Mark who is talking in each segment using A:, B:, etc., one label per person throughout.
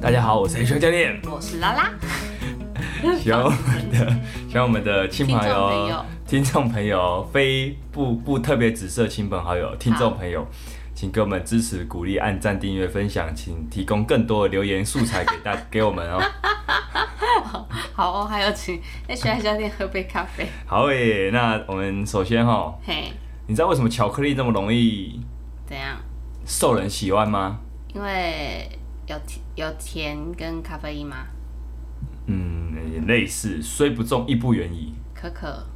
A: 大家好，我是黑熊教 练，
B: 我是拉拉，
A: 喜欢我们的 喜欢我们的亲朋好
B: 听众朋
A: 友
B: 友、
A: 听众朋友，非不不特别紫色亲朋好友、听众朋友，请给我们支持、鼓励、按赞、订阅、分享，请提供更多的留言素材给大 给我们哦。
B: 好哦，还有请 H I 教练喝杯咖啡。
A: 好诶，那我们首先哈、
B: 嘿，
A: 你知道为什么巧克力这么容易
B: 怎样？
A: 受人喜欢吗？
B: 因为有甜有甜跟咖啡因吗？
A: 嗯，也类似，虽不中亦不远矣。
B: 可可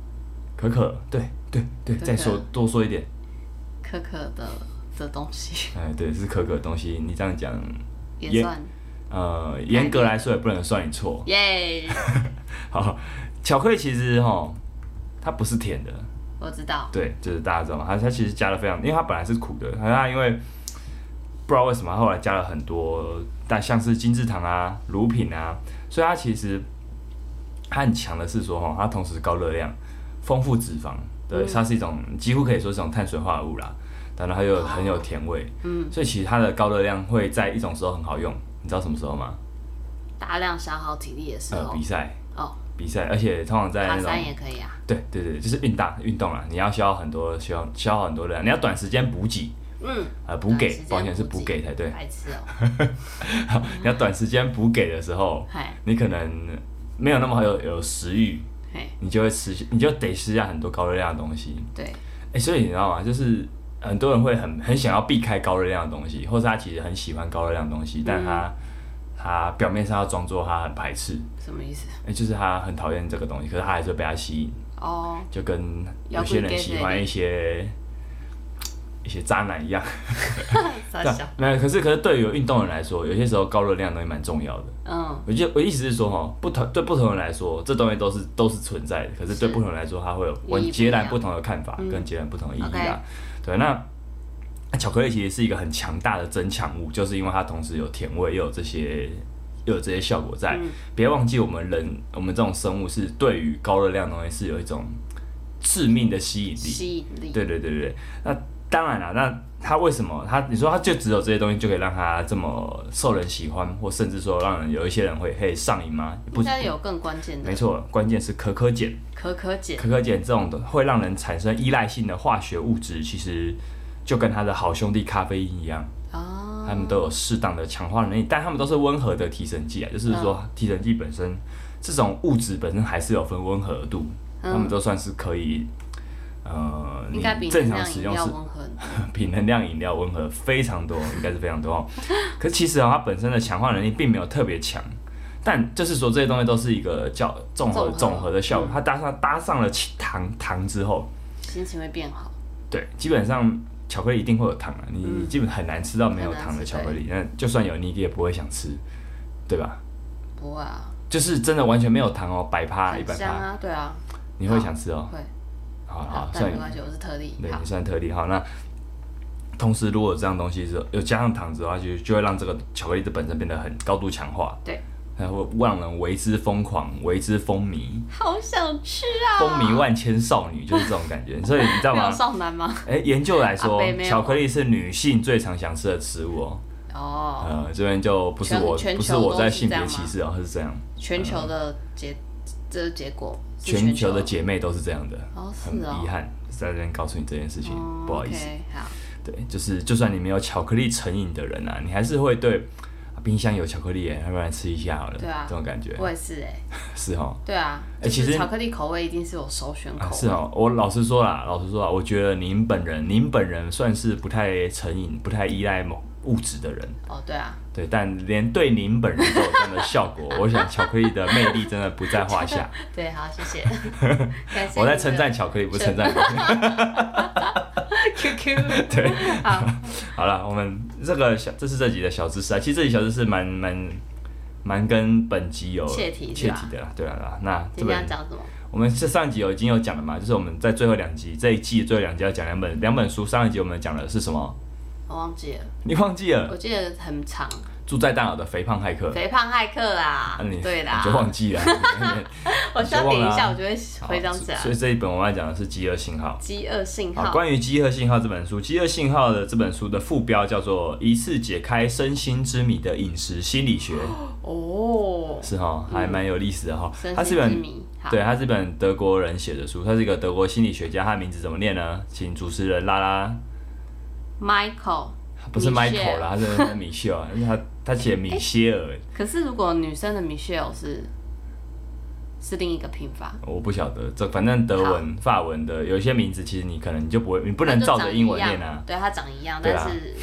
A: 可可，对对对，
B: 可
A: 再说
B: 可
A: 多说一点，
B: 可可的的东西
A: 哎，对，是可可的东西。你这样讲，
B: 也
A: 也
B: 算
A: 呃，严格来说也不能算你错。
B: 耶。
A: 好，巧克力其实哈，它不是甜的，
B: 我知道，
A: 对，就是大家知道吗？它它其实加了非常，因为它本来是苦的，它因为不知道为什么它后来加了很多，但像是精制糖啊、乳品啊，所以它其实它很强的是说哈，它同时高热量、丰富脂肪，对，它是一种几乎可以说是一种碳水化合物啦，当然它又很有甜味，
B: 嗯，
A: 所以其实它的高热量会在一种时候很好用，你知道什么时候吗？
B: 大量消耗体力的时
A: 呃，
B: 候
A: 比，赛。
B: 哦，
A: 比呃赛，而且通常在
B: 爬
A: 那种
B: 山也可以啊。
A: 对对对，就是运大运动啦，啊你要消耗很多消耗消耗很多热量，你要短时间补给，
B: 嗯，
A: 呃，补给
B: 短时，间嗯
A: 完全是补给才对。
B: 白痴哦，
A: 你要短时间补给的时候，
B: 嗨
A: 你可能没有那么有有食欲，
B: 嘿，
A: 你就会吃，你就得吃下很多高热量的东西。
B: 对，
A: 哎、所以你知道吗？就是很多人会很很想要避开高热量的东西，或是他其实很喜欢高热量的东西，但
B: 嗯
A: 他、他表面上要装作他很排斥，
B: 什么意思？
A: 哎、就是他很讨厌这个东西，可是他还是被他吸引。
B: 哦，
A: 就跟有些人喜欢一些一些渣男一样。
B: 傻
A: 对
B: 笑，
A: 啊，没有。可是可是对于有运动人来说，有些时候高热量的东西蛮重要的。
B: 嗯，
A: 我就我意思是说，哈，不同对不同人来说，这东西都是都是存在的。可是对
B: 是
A: 不同人来说，它会有
B: 意义
A: 完
B: 不
A: 截
B: 一
A: 然
B: 样
A: 不同的看法，
B: 嗯
A: 跟截然不同的意义
B: OK
A: 啦。对，那。那巧克力其实是一个很强大的增强物，就是因为它同时有甜味，又有这些又有这些效果在。
B: 嗯
A: 别忘记，我们人我们这种生物是对于高热量的东西是有一种致命的吸引力。
B: 吸引力，
A: 对对对对，那当然啦，那他为什么他你说他就只有这些东西就可以让他这么受人喜欢，或甚至说让人有一些人会会上瘾吗？不
B: 应，该有更关键的
A: 没，错，关键是可可碱，
B: 可可碱。
A: 可可碱这种的会让人产生依赖性的化学物质，其实就跟他的好兄弟咖啡因一样，
B: 哦，
A: 他们都有适当的强化能力，但他们都是温和的提神剂啊，就是说
B: 嗯
A: 提神剂本身这种物质本身还是有分温和度，他们
B: 嗯，
A: 都算是可以。呃，
B: 应该
A: 你
B: 比
A: 正
B: 能
A: 常
B: 量
A: 使
B: 饮
A: 用
B: 料
A: 是
B: 温和很多。
A: 比能量饮料温和非常多，应该是非常多。哦。 可是其实啊，它本身的强化能力并没有特别强，但就是说这些东西都是一个叫综合
B: 综合嗯
A: 综合的效果。它搭上搭上了其糖糖之后，
B: 心情会变好。
A: 对，基本上巧克力一定会有糖啊，你
B: 嗯
A: 基本很难吃到没有
B: 很难
A: 糖的
B: 吃
A: 巧克力。那就算有，你也不会想吃，对吧？
B: 不会啊，
A: 就是真的完全没有糖哦，百趴一
B: 很
A: 百
B: 香
A: 趴，
B: 啊，对啊，
A: 你会想吃哦。
B: 会。
A: 好
B: 好
A: 好，
B: 但
A: 算
B: 没
A: 你
B: 关系，我是特例。
A: 对
B: 好
A: 你，算特例哈。那同时，如果有这样东西是又加上糖之后，它就就会让这个巧克力的本身变得很高度强化，
B: 对，
A: 它会让人为之疯狂，为之风靡，
B: 好想吃啊！
A: 风靡万千少女就是这种感 觉。所以你知道
B: 没有
A: 吗？
B: 少男吗？
A: 哎、研究来
B: 阿
A: 说
B: 伯，没有
A: 巧克力是女性最常想吃的食物哦。
B: 哦，
A: 呃，这边就不是
B: 全
A: 我
B: 全
A: 不是
B: 球
A: 我
B: 都
A: 在
B: 是
A: 性
B: 这
A: 别
B: 样
A: 歧
B: 吗
A: 视哦，是这样，
B: 全球的结，这是结果是
A: 全球
B: 球
A: 的姐妹都是这样的，
B: 哦，是
A: 很
B: 哦
A: 遗，憾，在这边告诉你这件事情，
B: 哦
A: 不好意思。
B: OK，好，
A: 对，就是就算你没有巧克力成瘾的人啊，你还是会对啊冰箱有巧克力耶，要不然吃一下好了，
B: 对啊
A: 这种感觉
B: 我也是哎，
A: 是哦，
B: 对啊，
A: 哎
B: 就是
A: 其实
B: 巧克力口味一定是我首选
A: 啊
B: 口
A: 是
B: 味，
A: 哦，我老实说啦，老实说啦，我觉得您本人您本人算是不太成瘾、不太依赖某物质的人，
B: 哦，对啊，
A: 对，但连对您本人都有这样的效果，我想巧克力的魅力真的不在话下。
B: 对，好，谢谢，感谢
A: 我在
B: 你的
A: 称赞巧克力，不是称赞你。
B: QQ，
A: 对，
B: 好，
A: 好了，我们这个小这是这集的小知识啊，其实这集小知识蛮蛮蛮跟本集有
B: 切题
A: 切
B: 是吧
A: 题的啦， 对啊，那这
B: 今天
A: 本
B: 要讲什么？
A: 我们是上一集有已经有讲了嘛，就是我们在最后两集这一季的最后两集要讲两本两本书，上一集我们讲的是什么？
B: 我忘记了，
A: 你忘记了？
B: 我记得很长，
A: 住在大脑的肥胖骇客。
B: 肥胖骇客啦
A: 啊，你，
B: 对啦
A: 你，就忘记 了，
B: 我需要点一下，我就会
A: 啊好
B: 回想起来
A: 所。以这一本我们要讲的是饥饿信号。
B: 饥饿信
A: 好，
B: 号，
A: 关于《饥饿信号》这本书，《饥饿信号》的这本书的副标叫做《一次解开身心之谜的饮食心理学》，
B: 哦，
A: 是哈，还蛮有历史的哈。
B: 身
A: 它是一
B: 心之
A: 本
B: 谜，好
A: 对，，它是一本德国人写的书，他是一个德国心理学家，他的名字怎么念呢？请主持人拉拉，
B: Michael。
A: 不是
B: Michelle
A: Michael 啦，他是米歇尔， 因为他他写米歇尔，
B: 可是如果女生的 Michelle 是是另一个拼法，
A: 我不晓得这反正德文、法文的有一些名字，其实你可能你就不会，你不能
B: 它就
A: 照着
B: 长
A: 英文
B: 一样
A: 念啊。
B: 对，它长一样，
A: 对
B: 但
A: 啊
B: 是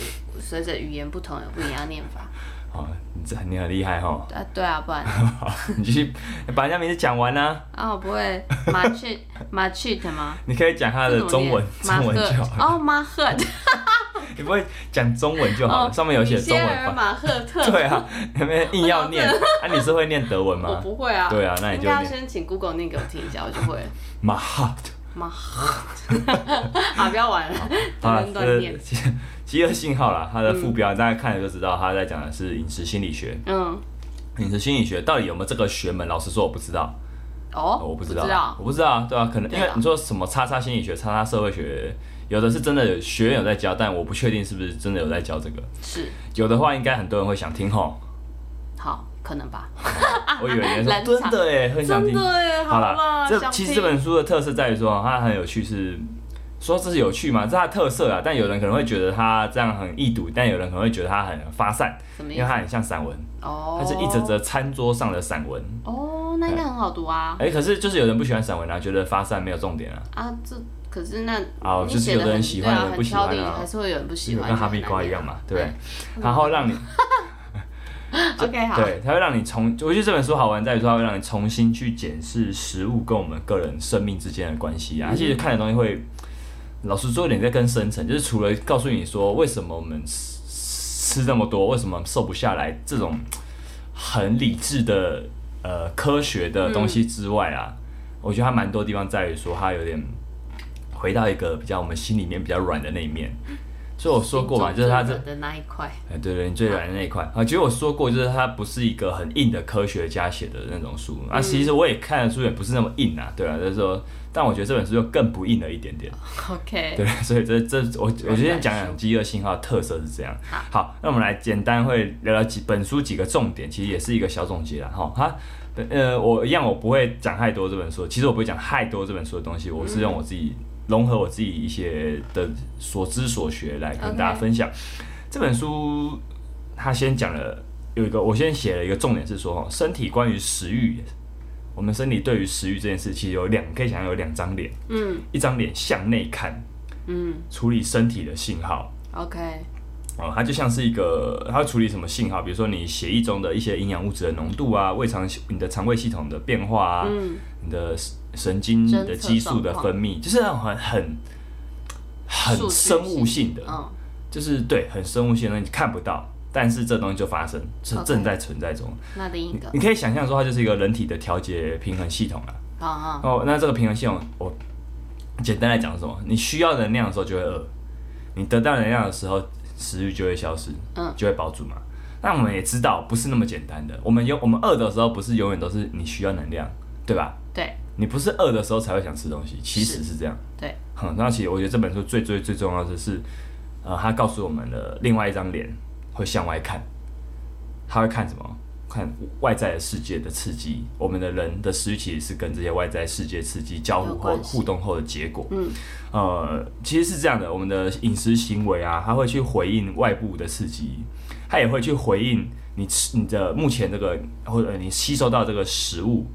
B: 随着语言不同有不一样的念 法。
A: 哦，你这你很厉害哈，
B: 啊，对啊，不然
A: 你继续把人家名字讲完啦、
B: 啊，我 不会 m a c h i t m a c h i t 吗？
A: 你可以讲他
B: 这
A: 的
B: 怎么
A: 中
B: 念
A: 文，中文就好了，
B: 马赫哦，马赫特，
A: 你不会讲中文就好了，
B: 哦
A: 上面有写
B: 米
A: 中
B: 歇
A: 文
B: 尔
A: 吧？
B: 马赫特，
A: 对啊，你们硬要念， 啊，你是会念德文
B: 我
A: 吗？
B: 不会啊。
A: 对啊那你就
B: 应该要
A: 念
B: 先请 Google 念给我听一下，我就会了。
A: 马哈 特。
B: 马赫特，啊，不要玩了，不
A: 啊，
B: 能
A: 这
B: 乱念。
A: 饥 饥饿信号啦，它的副标、大家看了就知道，他在讲的是饮食心理学。
B: 嗯，
A: 饮食心理学到底有没有这个学门？老实说，我不知道，
B: 哦，
A: 我不知
B: 知
A: 道，我不知道啊，对啊，可能因
B: 对
A: 为
B: 啊
A: 你说什么叉叉心理学、叉叉社会学，有的是真的有学院有在教，但我不确定是不是真的有在教这个。
B: 是
A: 有的话，应该很多人会想听吼。
B: 好，可能吧。
A: 我以为你在
B: 啊冷
A: 说真
B: 场
A: 的哎，很想
B: 真
A: 听。
B: 的耶，
A: 好
B: 啦，
A: 啦，
B: 想
A: 这其实这
B: 听
A: 本书的特色在于说，它很有趣是。说这是有趣吗？这是它的特色啊，但有人可能会觉得它这样很易读，但有人可能会觉得它很发散，
B: 什么意
A: 因为它
B: 思？
A: 很像散文，
B: 哦，
A: 它是一则则餐桌上的散文。
B: 哦，那应该很好读啊
A: 哎、可是就是有人不喜欢散文啊，觉得发散没有重点啊。
B: 啊！这可是那
A: 哦
B: 你
A: 就是
B: 写
A: 有
B: 得
A: 的人
B: 很
A: 喜
B: 对
A: 欢
B: 啊
A: 有人
B: 很
A: 不喜
B: 挑
A: 欢
B: 剔
A: 啊
B: 还是会有人不喜
A: 就
B: 欢，
A: 跟哈密瓜一样嘛，对不对？然后让你
B: 就很难念。OK，好，
A: 对，它会让你重，我觉得这本书好玩在于说，它会让你重新去检视食物跟我们个人生命之间的关系啊。它其实看的东西会，老实说有点在更深层，就是除了告诉你说为什么我们吃吃那么多，为什么瘦不下来这种很理智的呃科学的东西之外啊，我觉得它蛮多地方在于说它有点回到一个比较我们心里面比较软的那一面。所以我说过嘛，就是它
B: 心
A: 这
B: 中最软的那一块，
A: 哎，对对，你最软的那一块啊，其实我说过，就是它不是一个很硬的科学家写的那种书啊。其实我也看的书也不是那么硬啊，对啊，就是说，但我觉得这本书就更不硬了一点点，
B: OK，
A: 对，所以这这我我今天讲
B: 软软书
A: 讲饥饿信号的特色是这样。好，那我们来简单会聊聊几本书几个重点，其实也是一个小总结啦。哈。它呃，我一样我不会讲太多这本书，其实我不会讲太多这本书的东西，我是用我自己融合我自己一些的所知所学来跟
B: OK
A: 大家分享。这本书它先讲了有一个，我先写了一个重点是说，哦身体关于食欲，我们身体对于食欲这件事，其实有两可以想象有两张脸，
B: 嗯
A: 一张脸向内看，
B: 嗯
A: 处理身体的信号。
B: ，OK，
A: 哦，它就像是一个，它会处理什么信号，比如说你血液中的一些营养物质的浓度啊，胃肠你的肠胃系统的变化啊，
B: 嗯，
A: 你的神经
B: 侦测
A: 的激素的分泌，就是那种很很
B: 数
A: 很
B: 据
A: 生物性的，
B: 嗯
A: 就是对很生物性的东西你看不到，但是这东西就发生，是
B: OK
A: 正在存在中。
B: 那另一个，
A: 你可以想象说，它就是一个人体的调节平衡系统啦。
B: 啊啊，
A: 哦，那这个平衡系统，我简单来讲是什么？你需要能量的时候就会饿，你得到能量的时候，食欲就会消失，
B: 嗯
A: 就会饱足嘛。那我们也知道不是那么简单的，我们有我们饿的时候不是永远都是你需要能量，对吧？
B: 对
A: 你不是饿的时候才会想吃东西，其实是这样。
B: 对，
A: 哼、那其实我觉得这本书最最最重要的是，呃，它告诉我们的另外一张脸会向外看，他会看什么？看外在的世界的刺激，我们的人的食欲其实是跟这些外在世界刺激交互
B: 有
A: 后
B: 关系
A: 互动后的结果。
B: 嗯，
A: 呃，其实是这样的，我们的饮食行为啊，它会去回应外部的刺激，它也会去回应你吃你的目前这个或者你吸收到这个食物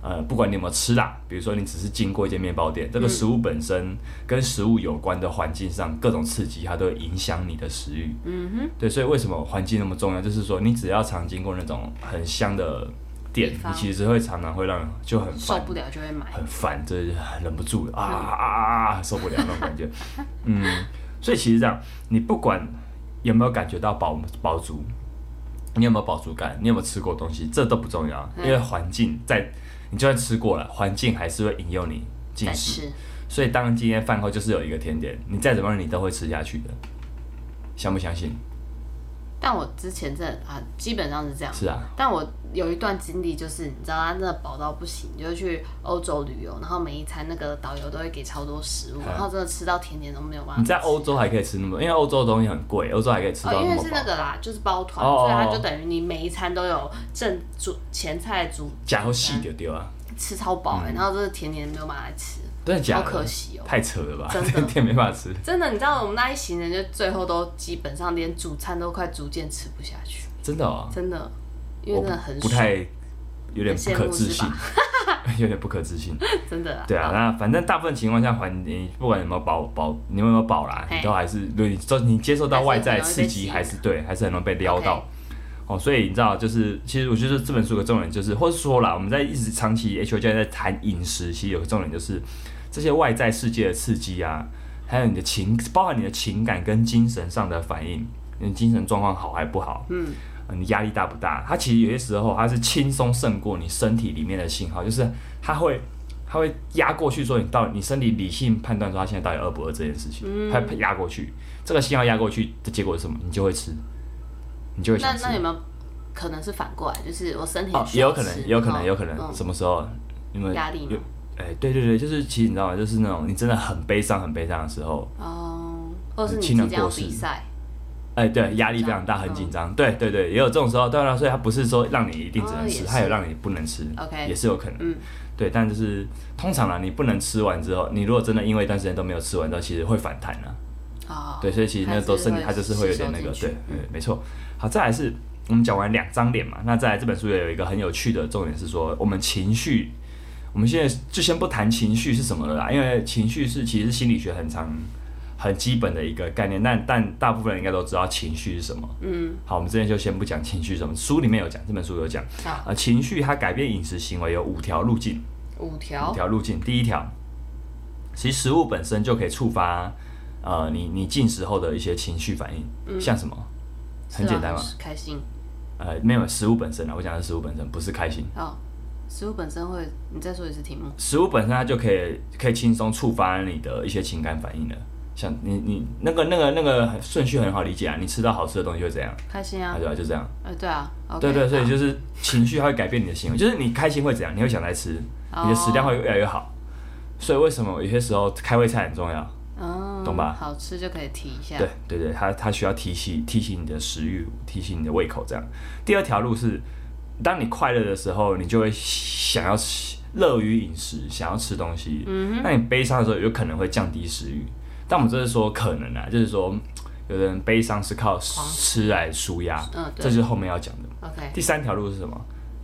A: 呃，不管你有没有吃啦，比如说你只是经过一间面包店，这
B: 嗯
A: 个食物本身跟食物有关的环境上各种刺激，它都会影响你的食欲。
B: 嗯哼，
A: 对，所以为什么环境那么重要？就是说，你只要常经过那种很香的店，
B: 地
A: 你
B: 方
A: 其实会常常会让人就很
B: 受
A: 烦，
B: 不了就会买，
A: 很烦，就是忍不住了
B: 嗯
A: 啊啊啊啊，受不了那种感觉。 嗯，所以其实这样，你不管有没有感觉到饱饱足，你有没有饱足感，你有没有吃过东西，这都不重要，因
B: 嗯
A: 为环境在，你就算吃过了，环境还是会引诱你进
B: 再
A: 食。
B: 吃，
A: 所以当今天饭后就是有一个甜点，你再怎么样你都会吃下去的，相不相信？
B: 但我之前真的啊，基本上是这样。
A: 是啊，
B: 但我有一段经历就是，你知道他真的饱到不行，就是去欧洲旅游，然后每一餐那个导游都会给超多食物，
A: 嗯
B: 然后真的吃到甜点都没有办法。
A: 你在欧洲还可以吃那么多，因为欧洲的东西很贵，欧洲还可以吃
B: 哦，
A: 到
B: 因
A: 那
B: 为
A: 么
B: 是那
A: 饱。
B: 个啦，就是包团，
A: 哦哦哦
B: 所以它就等于你每一餐都有正主前菜主
A: 假货细丢丢啊，
B: 吃超饱、欸，然后就是甜点没有办法来吃，
A: 真的假的？
B: 嗯好可惜哦
A: 太扯了吧，
B: 真的
A: 这店没办法吃，
B: 真的，你知道我们那一行人就最后都基本上连主餐都快逐渐吃不下去，
A: 真的哦，
B: 真的，因
A: 我
B: 为真
A: 不
B: 的很
A: 不
B: 爽
A: 太有点不可置信
B: 很羡 慕，
A: 有点不可置 信。
B: 真的啦。
A: 对啊，那反正大部分情况下，还你不管有没有保保，你有没有保啦，
B: 嘿
A: 你都还是对，你都你接受到外在的刺激，还
B: 还
A: 是对，还是很容易被撩到。哦，所以你知道，就是其实我觉得这本书有个重点，就是或是说啦，我们在一直长期 H O 教练在谈饮食，其实有个重点就是这些外在世界的刺激啊，还有你的情，包含你的情感跟精神上的反应，你的精神状况好还不好，
B: 嗯，
A: 呃你压力大不大？它其实有些时候它是轻松胜过你身体里面的信号，就是它会它会压过去，说你到底你身体理性判断说它现在到底饿不饿这件事情，
B: 嗯
A: 它会压过去。这个信号压过去的结果是什么？你就会吃，你就会
B: 那
A: 想吃。
B: 那有没有可能是反过来，就是我身体
A: 哦，
B: 需
A: 也有
B: 要
A: 可
B: 吃
A: 能，也有可能，
B: 嗯
A: 也有可能，
B: 嗯
A: 什么时候？你们
B: 压力吗
A: 有？哎、对对对，就是其实你知道吗？就是那种你真的很悲伤、很悲伤的时候，
B: 哦，或者是你
A: 亲
B: 即
A: 人
B: 将要
A: 过世
B: 比赛，
A: 哎、对，压力非常大，
B: 紧张嗯
A: 很紧张。对对对，也有这种时候。当然，所以它不是说让你一定只能吃，
B: 哦也是
A: 它有让你不能吃
B: OK
A: 也是有可能。
B: 嗯
A: 对，但就是通常啊，你不能吃完之后，你如果真的因为一段时间都没有吃完之后，其实会反弹啊。
B: 哦，
A: 对，所以其实那时候身体它就是会有点那个，
B: 吸收
A: 对
B: 进去，
A: 对，嗯没错。好，再来是我们讲完两张脸嘛，那再来这本书也有一个很有趣的重点是说，我们情绪，我们现在就先不谈情绪是什么了啦，因为情绪是其实是心理学很常很基本的一个概念，但但大部分人应该都知道情绪是什么。
B: 嗯，
A: 好，我们之前就先不讲情绪是什么，书里面有讲，这本书有讲，
B: 好，
A: 呃，情绪它改变饮食行为有五条路径。
B: 五
A: 五
B: 条，
A: 条路径。第一条，其实食物本身就可以触发呃你你进食后的一些情绪反应，像什么？很
B: 嗯是啊
A: 简单嘛，
B: 开心
A: 呃，没有食物本身啊，我讲的是食物本身，不是开心。
B: 哦，食物本身会，你再说一次题目，
A: 食物本身它就可以可以轻松触发你的一些情感反应的，像你你那个那个那个顺序很好理解啊，你吃到好吃的东西会怎样？
B: 开心
A: 啊
B: 啊，
A: 对吧、就这样。
B: 呃，对啊，OK，
A: 对对，
B: 好
A: 所以就是情绪它会改变你的行为，就是你开心会怎样？你会想再吃，
B: 哦
A: 你的食量会越来越好。所以为什么有些时候开胃菜很重要？
B: 嗯，
A: 懂吧
B: 好吃就可以提一下，
A: 对对对，它它需要提醒提醒你的食欲，提醒你的胃口这样。第二条路是，当你快乐的时候，你就会想要吃，乐于饮食，想要吃东西。嗯那你悲伤的时候，有可能会降低食欲。但我们这是说可能啊，就是说，有的人悲伤是靠吃来舒压，
B: 嗯，
A: 这
B: 对
A: 就是后面要讲的。
B: ，OK，
A: 第三条路是什么？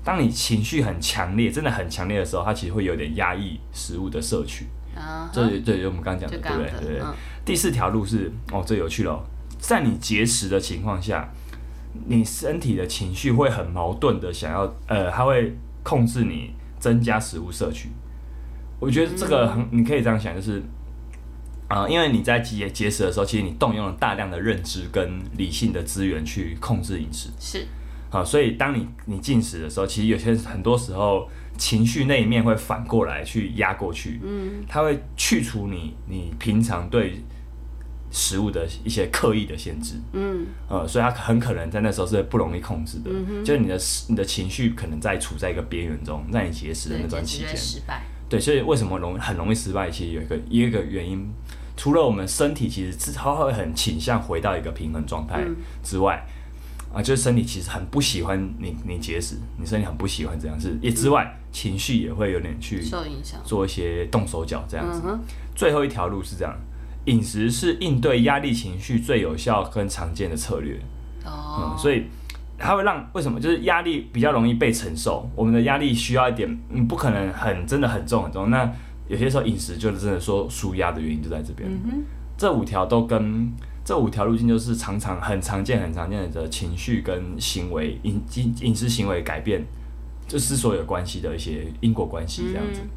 A: 当你情绪很强烈，真的很强烈的时候，它其实会有点压抑食物的摄取。
B: 啊，
A: 这这就是我们刚刚讲的，对
B: 就刚
A: 不
B: 刚
A: 对？对不对？
B: 的嗯
A: 第四条路是哦，这有趣了哦，在你节食的情况下，你身体的情绪会很矛盾的想要呃，它会控制你增加食物摄取。我觉得这个很，你可以这样想，就是啊、呃因为你在节节食的时候，其实你动用了大量的认知跟理性的资源去控制饮食。
B: 是，
A: 好，所以当你你进食的时候，其实有些很多时候情绪那一面会反过来去压过去，嗯，它会去除你你平常对食物的一些刻意的限制，
B: 嗯，
A: 呃，所以它很可能在那时候是不容易控制的，就是你的你的情绪可能在处在一个边缘中，在你节食的
B: 对，
A: 那段期
B: 减脂就会
A: 间，
B: 失败，
A: 对，所以为什么容很容易失败，其实有一个有一个原因，除了我们身体其实它会很倾向回到一个平衡状态之外，啊，就是身体其实很不喜欢你你节食，你身体很不喜欢这样是也之外，情绪也会有点去
B: 受影响，
A: 做一些动手脚嗯这样子。
B: 嗯哼，
A: 最后一条路是这样，饮食是应对压力情绪最有效跟常见的策略。
B: 哦
A: 嗯，，所以它会让为什么就是压力比较容易被承受，我们的压力需要一点，你不可能很真的很重很重。那有些时候饮食就是真的说舒压的原因就在这边。
B: 嗯
A: 这五条都跟这五条路径就是常常很常见很常见的情绪跟行为饮饮饮食行为改变，就是所有关系的一些因果关系这样子。
B: 嗯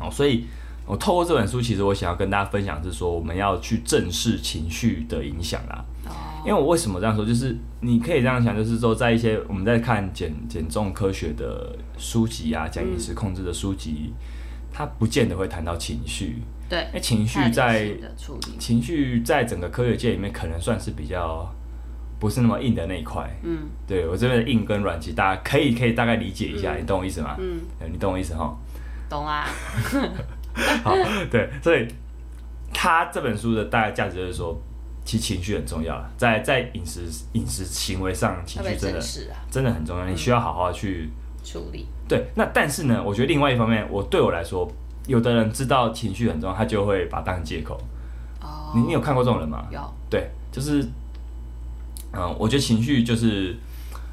A: 好，所以我透过这本书，其实我想要跟大家分享是说，我们要去正视情绪的影响啦。
B: 哼，哦，
A: 因为我为什么这样说，就是你可以这样想，就是说在一些我们在看减减重科学的书籍啊，讲饮
B: 嗯
A: 食控制的书籍，它不见得会谈到情绪，
B: 对
A: 因，为情绪
B: 太理
A: 在
B: 性的处理，
A: 情绪在整个科学界里面可能算是比较不是那么硬的那一块。
B: 嗯
A: 对我这边的硬跟软，其实大家可以可以大概理解一下，
B: 嗯
A: 你懂我意思吗？
B: 嗯，
A: 呃你懂我意思哈？
B: 懂啊啦。
A: 好， 对，所以他这本书的大概价值就是说，其实情绪很重要啦，在在饮食饮食行为上，情
B: 特
A: 绪
B: 别
A: 真的
B: 真实啊，
A: 真的很重要，你需要好好去
B: 处理。
A: 对，那但是呢，我觉得另外一方面，我对我来说，有的人知道情绪很重要，他就会把它当成借口。
B: 哦，
A: 你你有看过这种人吗？
B: 有
A: 对，就是，嗯，我觉得情绪就是，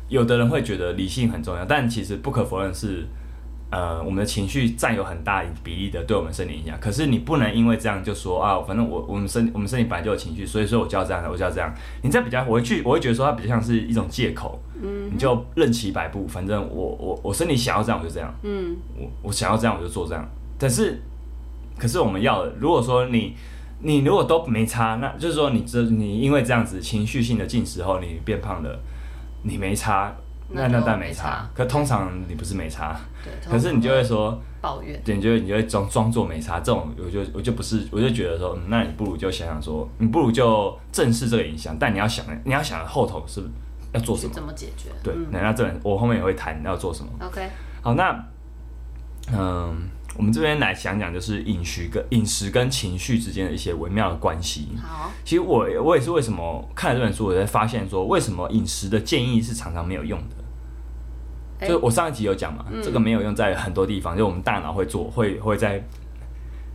A: 有的人会觉得理性很重要，但其实不可否认是，呃，我们的情绪占有很大比例的对我们身体影响。可是你不能因为这样就说啊，反正我我们身我们身体本来就有情绪，所以说我就要这样，我就要这样。你这样比较，我会去我会觉得说它啊比较像是一种借口，嗯，你就任其摆布，反正我我我身体想要这样我就这样。
B: 嗯
A: 我我想要这样我就做这样。但是，可是我们要的，如果说你你如果都没差，那就是说你这你因为这样子情绪性的进食后你变胖了，你没差，那
B: 那
A: 那
B: 就
A: 但
B: 没
A: 没
B: 差
A: 差。可通常你不是没差，
B: 对，
A: 可是你就
B: 哦
A: 会说，
B: 抱怨，
A: 对，你就会你就会装装作没差。这种我就我就不是，我就觉得说，嗯，那你不如就想想说，你不如就正视这个影响，但你要想你要想后头是要做什
B: 是
A: 么。
B: 怎么解决？
A: 对，
B: 嗯
A: 那那这本我后面也会谈要做什么。
B: ，OK，
A: 好，那嗯、我们这边来讲讲，就是饮食跟饮食跟情绪之间的一些微妙的关系。
B: 好，
A: 其实我我也是为什么看了这本书，我才发现说，为什么饮食的建议是常常没有用的。就
B: 哎嗯
A: 是我上一集有讲嘛，这个没有用在很多地方，就我们大脑会做，会会在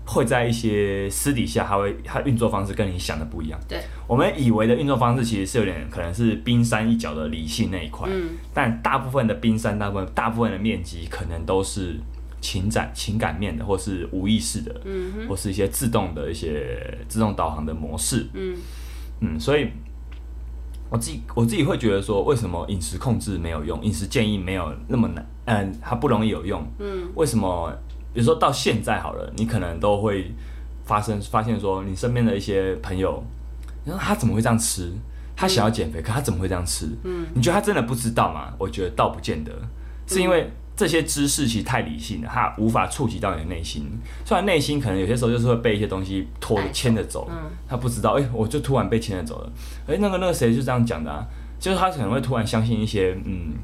A: 会在一些私底下，它会它运作方式跟你想的不一样。
B: 对，
A: 我们以为的运作方式，其实是有点可能是冰山一角的理性那一块，
B: 嗯
A: 但大部分的冰山，大部分大部分的面积可能都是情感情感面的，或是无意识的，
B: 嗯哼，
A: 或是一些自动的一些自动导航的模式。
B: 嗯
A: 嗯，所以我自己我自己会觉得说，为什么饮食控制没有用，饮食建议没有那么难，嗯，它不容易有用。
B: 嗯，
A: 为什么？比如说到现在好了，你可能都会发生发现说，你身边的一些朋友，你说他怎么会这样吃？他想要减肥，可他怎么会这样吃？
B: 嗯，
A: 你觉得他真的不知道吗？我觉得倒不见得，是因
B: 嗯
A: 为这些知识其实太理性了，它无法触及到你的内心。虽然内心可能有些时候就是会被一些东西拖着
B: 带走
A: 牵着走，
B: 嗯
A: 他不知道，哎、我就突然被牵着走了。哎、那个那个谁就这样讲的啊，就是他可能会突然相信一些，嗯，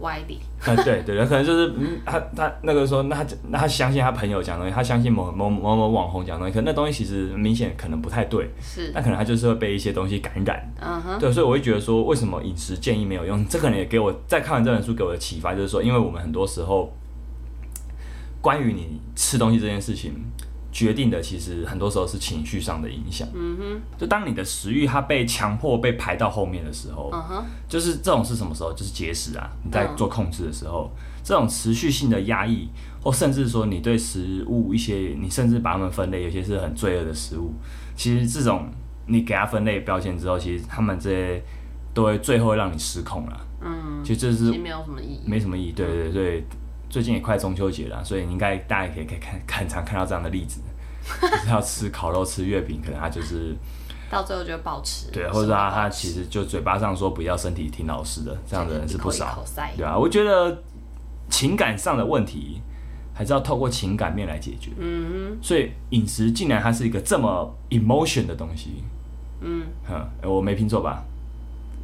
B: 歪理，
A: 啊，对对对，可能就是嗯，他他那个时候，那他那他相信他朋友讲的东西，他相信某某某某网红讲的东西，可那东西其实明显可能不太对，
B: 是，
A: 那可能他就是会被一些东西感染。
B: 嗯哼，
A: 对，所以我会觉得说，为什么饮食建议没有用？这可能也给我在看完这本书给我的启发，就是说，因为我们很多时候关于你吃东西这件事情，决定的其实很多时候是情绪上的影响。
B: 嗯哼，
A: 就当你的食欲它被强迫被排到后面的时候，
B: 嗯哼，
A: 就是这种是什么时候？就是节食啊，你在做控制的时
B: 嗯
A: 候，这种持续性的压抑，或甚至说你对食物一些，你甚至把它们分类，有些是很罪恶的食物。其实这种你给它分类标签之后，其实他们这些都会最后会让你失控了。
B: 嗯，
A: 其实这
B: 其
A: 是
B: 实没有什么意义。
A: 没什么意义。
B: 嗯
A: 对对对对，最近也快中秋节了啊，所以你应该大家也可以可以看很常看到这样的例 子，就是要吃烤肉、吃月饼，可能它就是
B: 到最后就保持
A: 对，啊或者他他其实就嘴巴上说不要，身体挺老实的，这样的人是不少。
B: 口塞
A: 对啊，我觉得情感上的问题还是要透过情感面来解决。
B: 嗯
A: 所以饮食竟然它是一个这么 emotion 的东西，
B: 哼嗯，
A: 哼，呃我没拼错吧？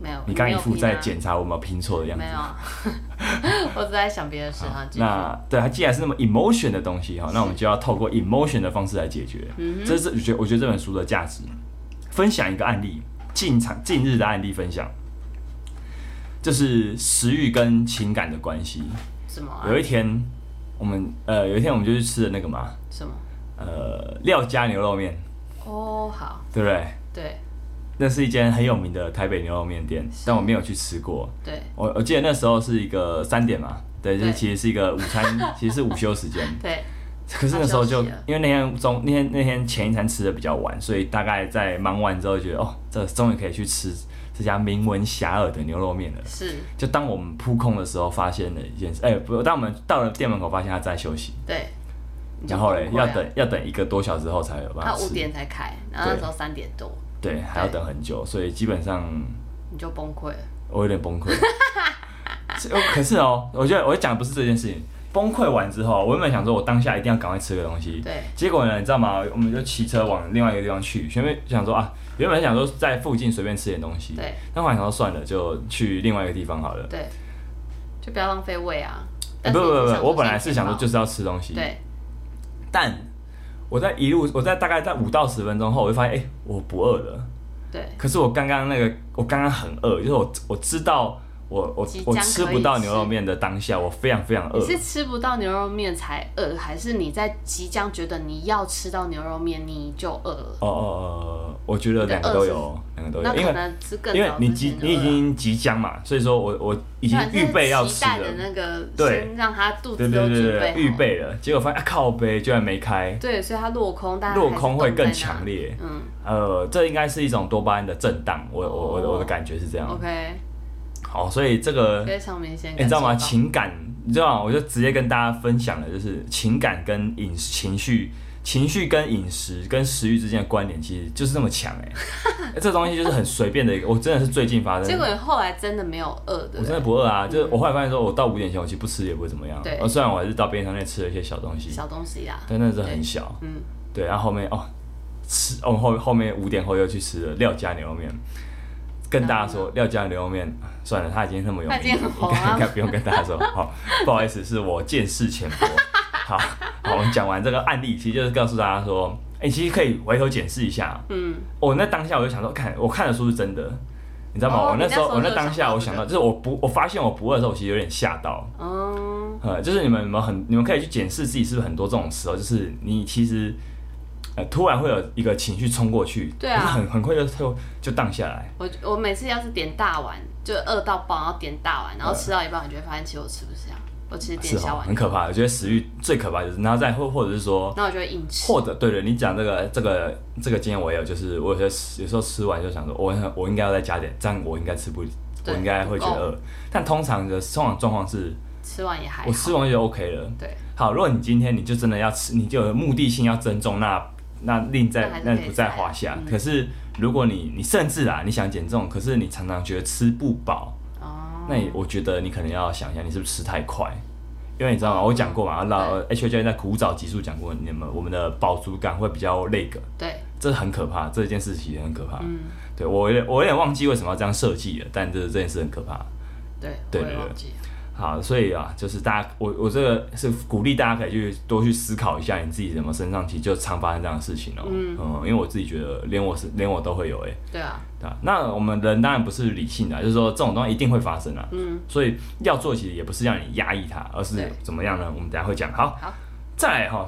B: 没有。
A: 你刚
B: 没
A: 一
B: 有
A: 副
B: 拼
A: 在
B: 啊
A: 检查我有没有拼错的样子
B: 没。有啊， 我只在想别的事
A: 好
B: 哈。继续
A: 那对它既然是那么 emotion 的东西哈，那我们就要透过 emotion 的方式来解决。
B: 嗯
A: 这是我觉得我觉得这本书的价值。分享一个案例，近场近日的案例分享，就是食欲跟情感的关系。
B: 什么啊？
A: 有一天，我们呃有一天我们就去吃的那个嘛，
B: 什么？
A: 呃廖家牛肉面，
B: 哦，好，
A: 对不对？
B: 对
A: 那是一间很有名的台北牛肉面店，但我没有去吃过。
B: 对
A: 我我记得那时候是一个三点嘛，对，就是
B: 对
A: 其实是一个午餐， 其实是午休时间。
B: 对，
A: 可是那时候就
B: 他休息了
A: 因为那天中那天那天前一餐吃的比较晚，所以大概在忙完之后觉得哦，这终于可以去吃这家名闻遐迩的牛肉面了。
B: 是，
A: 就当我们扑空的时候，发现了一件事，哎、不，当我们到了店门口，发现他在休息。
B: 对。你就
A: 然后嘞，
B: 崩溃
A: 要
B: 啊，
A: 等要等一个多小时后才有办
B: 他
A: 法
B: 五
A: 吃，
B: 点才开，然后那时候三点多，
A: 对，还要等很久，所以基本上
B: 你就崩溃了。
A: 我有点崩溃。是哦可是哦，我觉得我讲的不是这件事情，崩溃完之后，我原本想说我当下一定要赶快吃个东西，
B: 对，
A: 结果呢，你知道吗？我们就骑车往另外一个地方去，原本想说啊，原本想说在附近随便吃点东西，
B: 对，
A: 但后来想说算了，就去另外一个地方好了。
B: 对，就不要浪费胃啊。
A: 欸
B: 但
A: 不
B: 是
A: 不
B: 你
A: 不
B: 只
A: 不，我本来
B: 先
A: 是想说
B: 填
A: 就是要吃东西
B: 饱，对，
A: 但我在一路我在大概在五到十分钟后，我就发现哎、欸我不饿了。
B: 对，
A: 可是我刚刚那个，我刚刚很饿，就是我我知道我我
B: 即将
A: 我
B: 可以
A: 吃不到牛肉面的当下，我非常非常
B: 你
A: 饿。
B: 是吃不到牛肉面才饿，还是你在即将觉得你要吃到牛肉面你就饿了？
A: 哦哦哦，我觉得两个都有，两个都
B: 那
A: 有，因
B: 可
A: 为
B: 能是更
A: 因为
B: 早
A: 你
B: 之
A: 即
B: 前就
A: 你已
B: 饿了
A: 经即将嘛，所以说我我已经预备要吃
B: 反正是期待
A: 了，
B: 的那个，
A: 对
B: 先让他肚
A: 对
B: 子
A: 对
B: 都
A: 对
B: 准
A: 对，
B: 备
A: 预
B: 好，
A: 备了，结果发现啊靠背居然没开，
B: 对，所以它落空，但它
A: 落
B: 还是
A: 空会
B: 冻在
A: 更
B: 那
A: 强。烈。
B: 嗯
A: 呃，这应该是一种多巴胺的震荡，我我我的我的
B: 哦
A: 感觉是这样。
B: ，OK，
A: 好，所以这个
B: 非常明显
A: 欸
B: 感
A: 你知道
B: 受
A: 吗？
B: 到
A: 情感，你知道吗？我就直接跟大家分享的就是情感跟饮食情绪、情绪跟饮食跟食欲之间的关联，其实就是这么强 哎、欸这东西就是很随便的一个，我真的是最近发生
B: 结。果你后来真的没有饿，
A: 我
B: 对不
A: 真
B: 对？
A: 的不饿啊，就是我后来发现说，我到五点前我其实不吃也不会怎么样。
B: 对
A: 呃虽然我还是到便利商店吃了一些小东西，
B: 小东西啊啦，
A: 但那是很小。
B: 嗯，
A: 对，然后后面哦，吃哦后后面五点后又去吃了廖家牛肉面。跟大家说，廖家牛肉面算了，他已经那么有名
B: 嗯他
A: 了，
B: 已经很红
A: 应该
B: 了
A: 应该不用跟大家说。好，不好意思，是我见识浅薄。好，好，我们讲完这个案例，其实就是告诉大家说，哎、其实可以回头检视一下。
B: 嗯，
A: 我、那当下我就想说，看我看的书是真的，你知道吗？
B: 哦
A: 我那时候
B: 你那时候
A: 我
B: 就
A: 那
B: 有
A: 当下我想
B: 想
A: 到，
B: 到
A: 就是我不我发现我不饿的时候，我其实有点吓到。
B: 嗯，
A: 呃，就是你们有没有很，你们可以去检视自己是不是很多这种时候，就是你其实呃突然会有一个情绪冲过去，
B: 对啊
A: 可是很很快就就就荡下来。
B: 我我每次要是点大碗，就饿到爆，然后点大碗，然后吃到一半，我就会发现其实我吃不下，我其实
A: 嗯是
B: 点小
A: 哦，
B: 碗
A: 很，可怕。我觉得食欲最可怕就是，然后再或或者是说，
B: 那我就会硬吃。
A: 或者对对，你讲这个这个这个经验我也有，就是我有些吃有时候吃完就想说，我很我应该要再加点，这样我应该吃不，我
B: 对
A: 应该会觉得饿。但通常的通常状况是
B: 吃完也还
A: 我哦吃
B: 好，
A: 完就 OK 了。
B: 对，
A: 好，如果你今天你就真的要吃，你就有目的性要增重，那那另
B: 那
A: 在
B: 还是
A: 那
B: 可以
A: 不在
B: 再
A: 话下。
B: 嗯
A: 可是如果你你甚至啊，你想减重，可是你常常觉得吃不饱，
B: 哦，
A: 那你我觉得你可能要想一下，你是不是吃太快？因为你知
B: 嗯
A: 道吗？我讲过嘛，老 H 教练在古早集数讲过，你们我们的饱足感会比较那个，
B: 对，
A: 这很可怕，这件事情也很可怕。
B: 嗯，
A: 对我有点我有点忘记为什么要这样设计了，但这这件事很可怕。
B: 对，
A: 对
B: 我也
A: 对
B: 忘
A: 对
B: 记了，
A: 好，所以啊，就是大家，我我这个是鼓励大家可以去多去思考一下，你自己怎么身上其实就常发生这样的事情哦、嗯因为我自己觉得连我是连我都会有哎、
B: 对啊，
A: 对吧、那我们人当然不是理性的啊，就是说这种东西一定会发生啊。
B: 嗯，
A: 所以要做其实也不是让你压抑它，而是
B: 对
A: 怎么样呢？我们等一下会讲。好，
B: 好
A: 再来哈、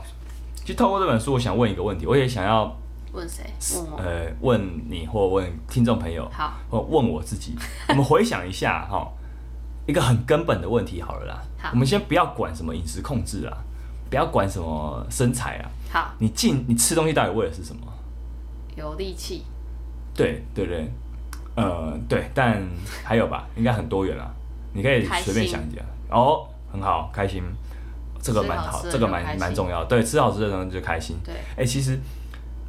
A: 就透过这本书，我想问一个问题，我也想要
B: 问谁？问我。
A: 呃问你或问听众朋友，
B: 好，
A: 我问我自 己，我们回想一下哈、一个很根本的问题好了啦
B: 好。
A: 我们先不要管什么饮食控制啊，不要管什么身材啊，
B: 好，
A: 你进你吃东西到底为的是什么？
B: 有力气，
A: 对对对，呃对，但还有吧，应该很多元啦，你可以
B: 开心
A: 随便想一下。哦，很好，开心，这个蛮
B: 吃好
A: 好，
B: 吃的
A: 这个
B: 就开
A: 蛮
B: 心
A: 蛮重要。对，吃好吃的东西就开心。
B: 对，
A: 哎、其实，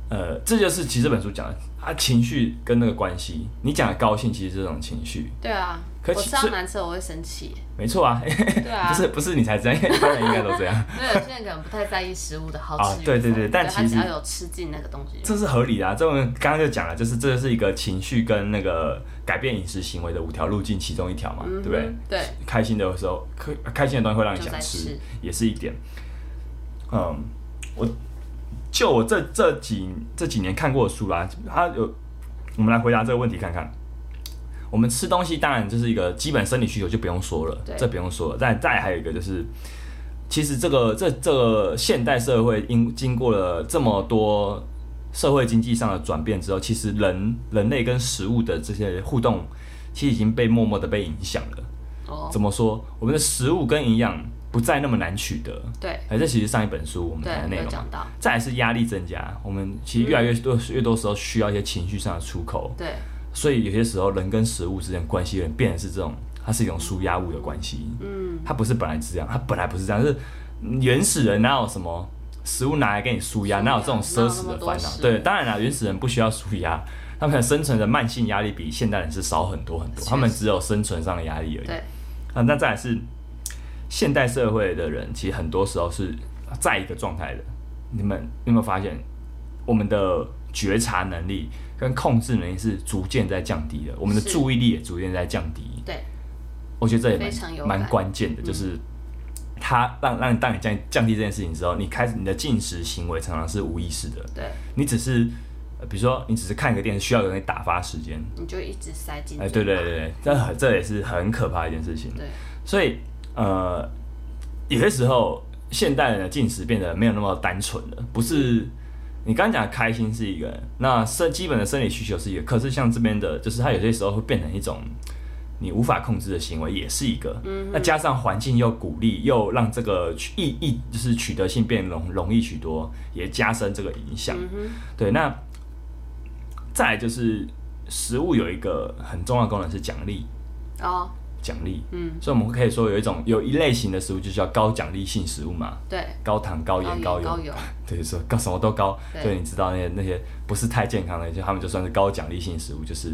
A: 呃，这就是其实这本书讲的，啊，情绪跟那个关系。你讲的高兴，其实是这种情绪，
B: 对啊。
A: 可
B: 我
A: 其
B: 吃到
A: 是
B: 难吃的我会生 气，
A: 没错啊。
B: 对啊。
A: 不是不是你才这样，因为一般人应该都这样，
B: 因为有些人可能不太在意食物的好
A: 啊
B: 吃与否、
A: 对对对但
B: 他
A: 其实
B: 只要有吃进那个东西就，
A: 这是合理的啊。这种刚刚就讲了，就是这是一个情绪跟那个改变饮食行为的五条路径其中一条嘛，
B: 嗯
A: 对不对？
B: 哼？对，
A: 开心的时候，开开心的东西会让你
B: 就
A: 想
B: 在
A: 吃，
B: 吃
A: 也是一点。嗯，我就我这这几这几年看过的书啦，它有我们来回答这个问题看看。我们吃东西当然就是一个基本生理需求，就不用说了
B: 对，
A: 这不用说了。但再还有一个就是，其实这个这这个现代社会因经过了这么多社会经济上的转变之后，其实人人类跟食物的这些互动，其实已经被默默的被影响了。
B: 哦，
A: 怎么说？我们的食物跟营养不再那么难取得。
B: 对
A: 哎，这其实上一本书我们谈的内
B: 对，有
A: 容。
B: 讲嗯到，
A: 再来是压力增加，我们其实越来越多、越多时候需要一些情绪上的出口，
B: 对，
A: 所以有些时候人跟食物之间的关系有点变成是这种，它是一种舒压物的关系。
B: 嗯，
A: 它不是本来是这样，它本来不是这样，是原始人哪有什么食物拿来给你舒压，
B: 舒压
A: 哪有这种奢侈的
B: 哪有那么多
A: 烦恼
B: 食？物
A: 对，当然啦，原始人不需要舒压，他们生存的慢性压力比现代人是少很多很多，
B: 确实
A: 他们只有生存上的压力而已。
B: 对，
A: 啊，那再来是现代社会的人，其实很多时候是在一个状态的。你们有没有发现，我们的觉察能力跟控制能力是逐渐在降低的，我们的
B: 是
A: 注意力也逐渐在降低。
B: 对，
A: 我觉得这也
B: 非常有
A: 蛮
B: 感
A: 蛮关键的，就是它让让你当你降降低这件事情之后，你开始你的进食行为常常是无意识的，
B: 对，
A: 你只是呃比如说你只是看个电视，需要有人打发时间，
B: 你就一直塞进去吧。
A: 哎，对对对对，这很这也是很可怕的一件事情。
B: 对
A: 所以呃，有些时候现代人的进食变得没有那么单纯了，不是你刚刚讲的开心是一个，那生基本的生理需求是一个，可是像这边的，就是它有些时候会变成一种你无法控制的行为，也是一个。嗯、那加上环境又鼓励，又让这个取易易就是取得性变容容易许多，也加深这个影响。对，那再来就是食物有一个很重要的功能是奖励。
B: 哦，
A: 奖励，
B: 嗯，
A: 所以我们可以说有一种有一类型的食物就叫高奖励性食物嘛，
B: 对，哦
A: 高糖、高盐、高
B: 高
A: 油，
B: 高油，
A: 对，说高什么都高，
B: 对
A: 对，你知道那些那些不是太健康的，就他们就算是高奖励性食物，就是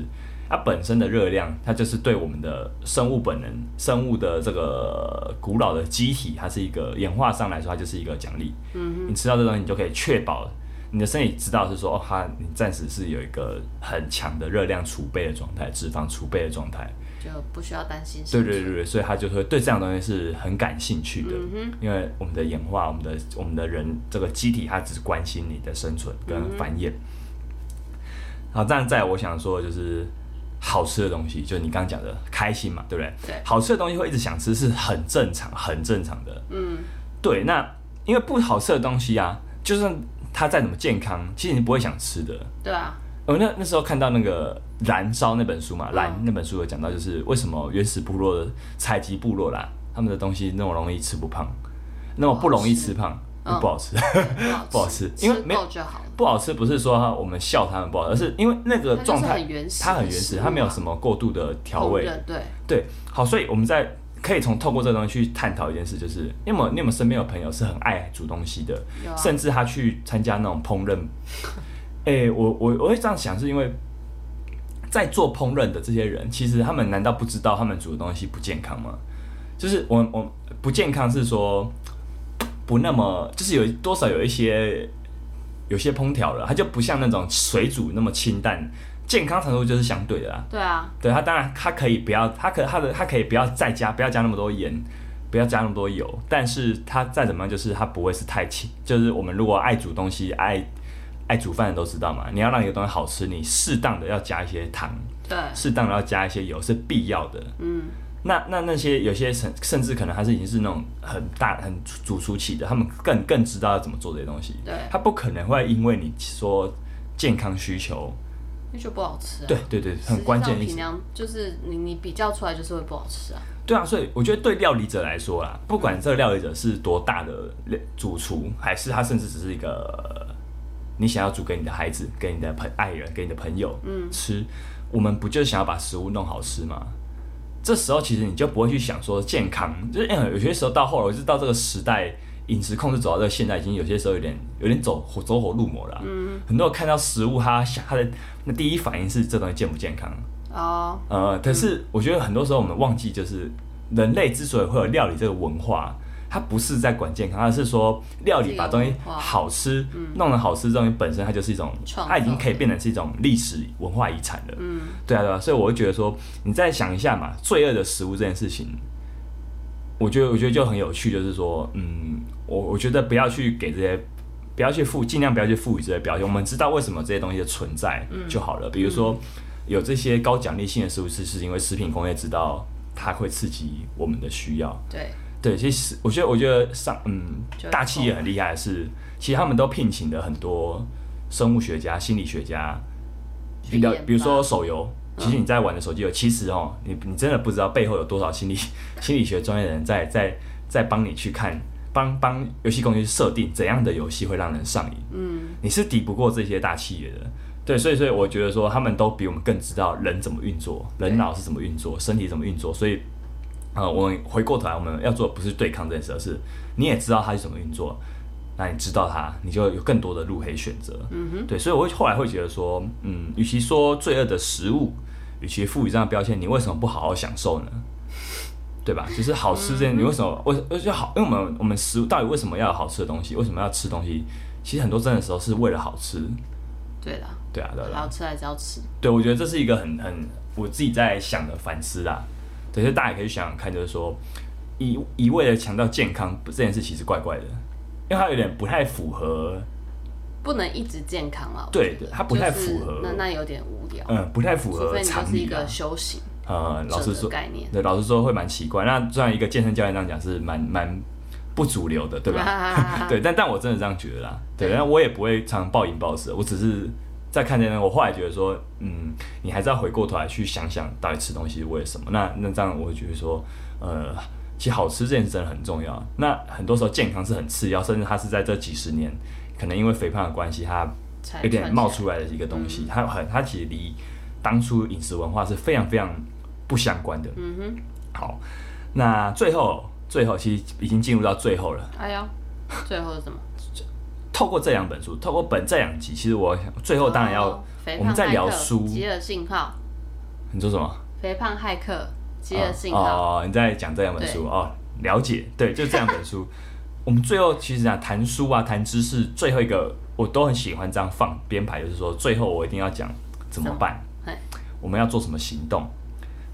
A: 它本身的热量，它就是对我们的生物本能、生物的这个古老的机体，它是一个演化上来说，它就是一个奖励。嗯，你吃到这东西，你就可以确保你的身体知道是说，哦，它你暂时是有一个很强的热量储备的状态，脂肪储备的状态。
B: 就不需要担心
A: 对
B: 生
A: 对
B: 存。
A: 对对，所以他就会对这样的东西是很感兴趣的，
B: 嗯
A: 因为我们的演化，我们的我们的人这个机体，它只是关心你的生存
B: 嗯
A: 跟繁衍。好，这样在我想说的就是好吃的东西，就是你刚刚讲的开心嘛，对不对？
B: 对
A: 好吃的东西会一直想吃是很正常、很正常的。
B: 嗯，
A: 对，那因为不好吃的东西啊，就算它再怎么健康，其实你不会想吃的。
B: 对啊，
A: 我哦那那时候看到那个《燃烧》那本书嘛，《
B: 嗯
A: 燃》那本书有讲到，就是为什么原始部落的采集部落啦，他们的东西那么容易吃不胖，那么不容易吃胖，
B: 不好吃嗯
A: 不好吃。不好吃因为
B: 吃
A: 没有
B: 够就好了。
A: 不好吃不是说我们笑他们不好，而是因为那个
B: 它就是
A: 状态
B: 很原始
A: 它很
B: 的
A: 原始，
B: 食物
A: 它没有
B: 嘛
A: 什么过度的调味
B: 烹。饪对，
A: 对，好，所以我们在可以从透过这东西去探讨一件事，就是你有没有你有没有身边有朋友是很爱煮东西的，
B: 有啊，
A: 甚至他去参加那种烹饪。 哎、我我我会这样想，是因为在做烹饪的这些人，其实他们难道不知道他们煮的东西不健康吗？就是我我不健康是说不那么，就是有多少有一些有些烹调了，它就不像那种水煮那么清淡，健康程度就是相对的啦。
B: 对啊，
A: 对它当然它可以不要，它可它的它可以不要再加不要加那么多盐，不要加那么多油，但是它再怎么样就是它不会是太轻，就是我们如果爱煮东西爱爱煮饭的都知道嘛，你要让一个东西好吃，你适当的要加一些糖，
B: 对，
A: 适当的要加一些油是必要的。
B: 嗯，
A: 那那那些有些甚甚至可能他是已经是那种很大很主厨起的，他们更更知道要怎么做这些东西，
B: 对，
A: 他不可能会因为你说健康需求，
B: 那就不好吃啊。
A: 对对对，
B: 实际
A: 很关键
B: 上
A: 的一
B: 平常就是你你比较出来就是会不好吃啊。
A: 对啊，所以我觉得对料理者来说啦，不管这个料理者是多大的主厨，还是他甚至只是一个呃你想要煮给你的孩子、给你的朋爱人、给你的朋友嗯吃，我们不就是想要把食物弄好吃吗？这时候其实你就不会去想说健康，就是、哎有些时候到后来，我就到这个时代，饮食控制走到这个现在，已经有些时候有点有点走火走火入魔了啊、很多人看到食物，他想他的那第一反应是这东西健不健康？
B: 哦，
A: 呃，可是我觉得很多时候我们忘记，就是人类之所以会有料理这个文化，它不是在管健康，而是说料理把东西
B: 这个文化
A: 好吃，弄得好吃这东西本身它就是一种，
B: 嗯创造
A: 它已经可以变成是一种历史文化遗产了。
B: 嗯，
A: 对啊，对啊，所以我会觉得说，你再想一下嘛，罪恶的食物这件事情，我觉得我觉得就很有趣，就是说，嗯，我我觉得不要去给这些。不要去赋，尽量不要去赋予这些标签。我们知道为什么这些东西的存在
B: 嗯
A: 就好了。比如说，有这些高奖励性的食物，是是因为食品工业知道它会刺激我们的需要。
B: 对，
A: 对，其实我觉得，我觉得上嗯
B: 就，
A: 大气也很厉害的是，其实他们都聘请了很多生物学家、心理学家，
B: 去
A: 比较
B: 研
A: 比如
B: 发嗯
A: 说手游，其实你在玩的手机游，其实哦，你你真的不知道背后有多少心理 心理学专业的人在在在帮你去看，帮帮游戏公司去设定怎样的游戏会让人上瘾。
B: 嗯，
A: 你是敌不过这些大企业的。对，所以所以我觉得说他们都比我们更知道人怎么运作，人脑是怎么运作，身体怎么运作。所以，呃，我们回过头来，我们要做的不是对抗这件事，而是你也知道它是怎么运作，那你知道它，你就有更多的路可以选择。
B: 嗯哼，
A: 对，所以我会后来会觉得说，嗯，与其说罪恶的食物，与其赋予这样的标签，你为什么不好好享受呢？对吧？就是好吃这件，你为什么为而且好？因为我们我们食物到底为什么要有好吃的东西？为什么要吃东西？其实很多真的时候是为了好吃，
B: 对啦，
A: 对啊，对啊对啊。
B: 好吃还是要吃，
A: 对，我觉得这是一个很很我自己在想的反思啦。对，所以大家也可以想想看，就是说一一味的强调健康这件事，其实怪怪的，因为它有点不太符合，
B: 不能一直健康啊。我
A: 对
B: 觉得
A: 对它不太
B: 就是
A: 符合
B: 那那有点无聊。
A: 嗯，不太符
B: 除
A: 合
B: 非你就
A: 常
B: 是一
A: 理啊
B: 个。修行
A: 呃，老
B: 者
A: 实
B: 的
A: 说，
B: 概念，
A: 对，老实说会蛮奇怪。那虽然一个健身教练这样讲是蛮蛮不主流的，对吧？
B: 吧
A: 对，但但我真的这样觉得啦。对，
B: 啊对
A: 但我也不会常暴饮暴食，我只是在看见那个，我后来觉得说，嗯，你还是要回过头来去想想，到底吃东西是为了什么？那那这样我会觉得说，呃，其实好吃这件事真的很重要。那很多时候健康是很次要，甚至它是在这几十年，可能因为肥胖的关系，它
B: 才
A: 有点
B: 串起
A: 冒
B: 来。
A: 出来的一个东西，它很它其实离当初饮食文化是非常非常不相关的。
B: 嗯哼，
A: 好，那最后最后其实已经进入到最后了。
B: 哎呦，最后是什么？
A: 透过这两本书，透过本这两集，其实我想最后当然要、
B: 哦肥
A: 我们
B: 胖
A: 在聊
B: 骇客
A: 书
B: 饥饿信号，
A: 你说什么？
B: 肥胖骇客，饥饿信号，
A: 哦哦，你在讲这两本书哦，了解，对，就这两本 书。我们最后其实啊，谈书啊，谈知识，最后一个我都很喜欢这样放编排，就是说最后我一定要讲怎么办
B: 怎么嘿，
A: 我们要做什么行动，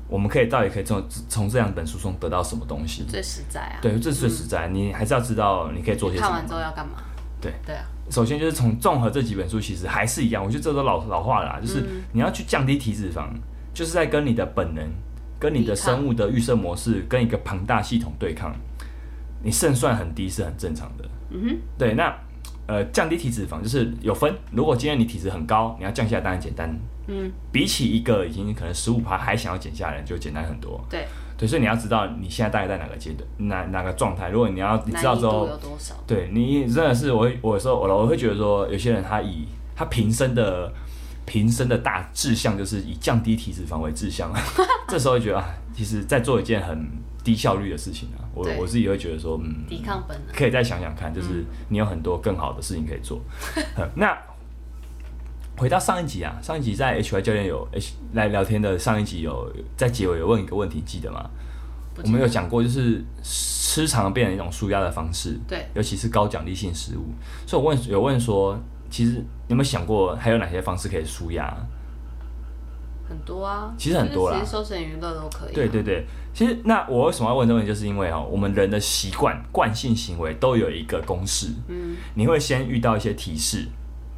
A: 我们可以到底可以从从这两本书中得到什么东西？
B: 最实在啊。
A: 对，这是最实在，你还是要知道你可以做些什
B: 看
A: 么
B: 完。之后要干嘛？
A: 对
B: 对啊，
A: 首先就是从综合这几本书，其实还是一样，我觉得这都老老话了
B: 嗯
A: 啦，就是你要去降低体脂肪，就是在跟你的本能、跟你的
B: 抵抗
A: 生物的预设模式、跟一个庞大系统对抗。你胜算很低是很正常的。
B: 嗯哼，
A: 对，那呃，降低体脂肪就是有分，如果今天你体脂很高，你要降下来当然简单，
B: 嗯，
A: 比起一个已经可能十五趴还想要减下来的人就简单很多。
B: 对，
A: 对，所以你要知道你现在大概在哪个阶段、哪哪个状态。如果你要你知
B: 难易
A: 道
B: 度
A: 之后，
B: 有多少？
A: 对你真的是我会，我有时候我我会觉得说，有些人他以他平生的平生的大志向就是以降低体脂肪为志向，这时候会觉得啊，其实在做一件很低效率的事情啊。我
B: 对
A: 我自己会觉得说，嗯，
B: 抵抗本能，
A: 可以再想想看，就是你有很多更好的事情可以做。那回到上一集啊，上一集在 HY 教练有 H 来聊天的上一集有在结尾有问一个问题，记得吗？
B: 不
A: 我
B: 记
A: 们有
B: 得
A: 讲过，就是吃常变成一种舒压的方式。
B: 对，
A: 尤其是高奖励性食物。所以我问有问说，其实你有没有想过还有哪些方式可以舒压？
B: 很多啊，
A: 其实很多啦
B: 就是其实休闲娱乐都可以啊。
A: 对对对，其实那我为什么要问这个问题，就是因为哦，我们人的习惯、惯性行为都有一个公式，
B: 嗯，
A: 你会先遇到一些提示。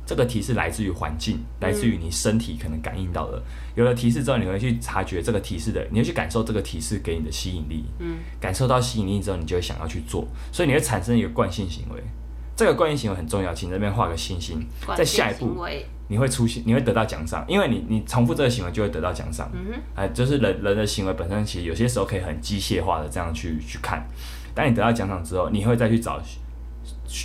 A: 这个提示来自于环境，来自于你身体可能感应到的。有了提示之后，你会去察觉这个提示的，你会去感受这个提示给你的吸引力。
B: 嗯，
A: 感受到吸引力之后，你就会想要去做，所以你会产生一个惯性行为。这个惯性行为很重要，请这边画个星星。
B: 管
A: 在下一
B: 制
A: 步
B: 行，为，
A: 你会出现，你会得到奖赏，因为你你重复这个行为就会得到奖赏。
B: 嗯哼，
A: 哎、就是人人的行为本身，其实有些时候可以很机械化的这样去去看。当你得到奖赏之后，你会再去找，去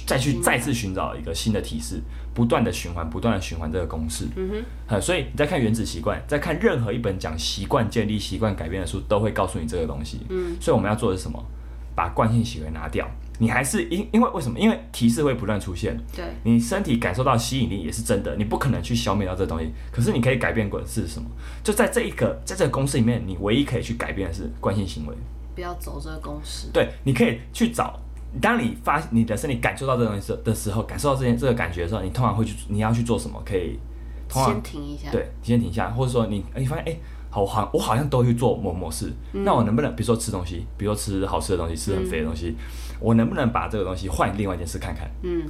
A: 再去
B: 嗯
A: 再次寻找一个新的提示，不断的循环，不断的循环这个公式。
B: 嗯哼，
A: 呃，所以你在看《原子习惯》，在看任何一本讲习惯建立、习惯改变的书，都会告诉你这个东西。
B: 嗯，
A: 所以我们要做的是什么？把惯性行为拿掉。你还是因因为为什么？因为提示会不断出现，
B: 对，
A: 你身体感受到吸引力也是真的，你不可能去消灭掉这东西。可是你可以改变的是什么？就在这一个在这个公式里面，你唯一可以去改变的是惯性行为。
B: 不要走这个公式。
A: 对，你可以去找。当你发你的身体感受到这东西的时候，感受到这件这个感觉的时候，你通常会去你要去做什么？可以通常
B: 先停一下，
A: 对，你先停下，或者说你哎你发现哎、好，我好像我好像都去做某某事，那我能不能比如说吃东西，比如说吃好吃的东西，吃很肥的东西，我能不能把这个东西换另外一件事看看？
B: 嗯，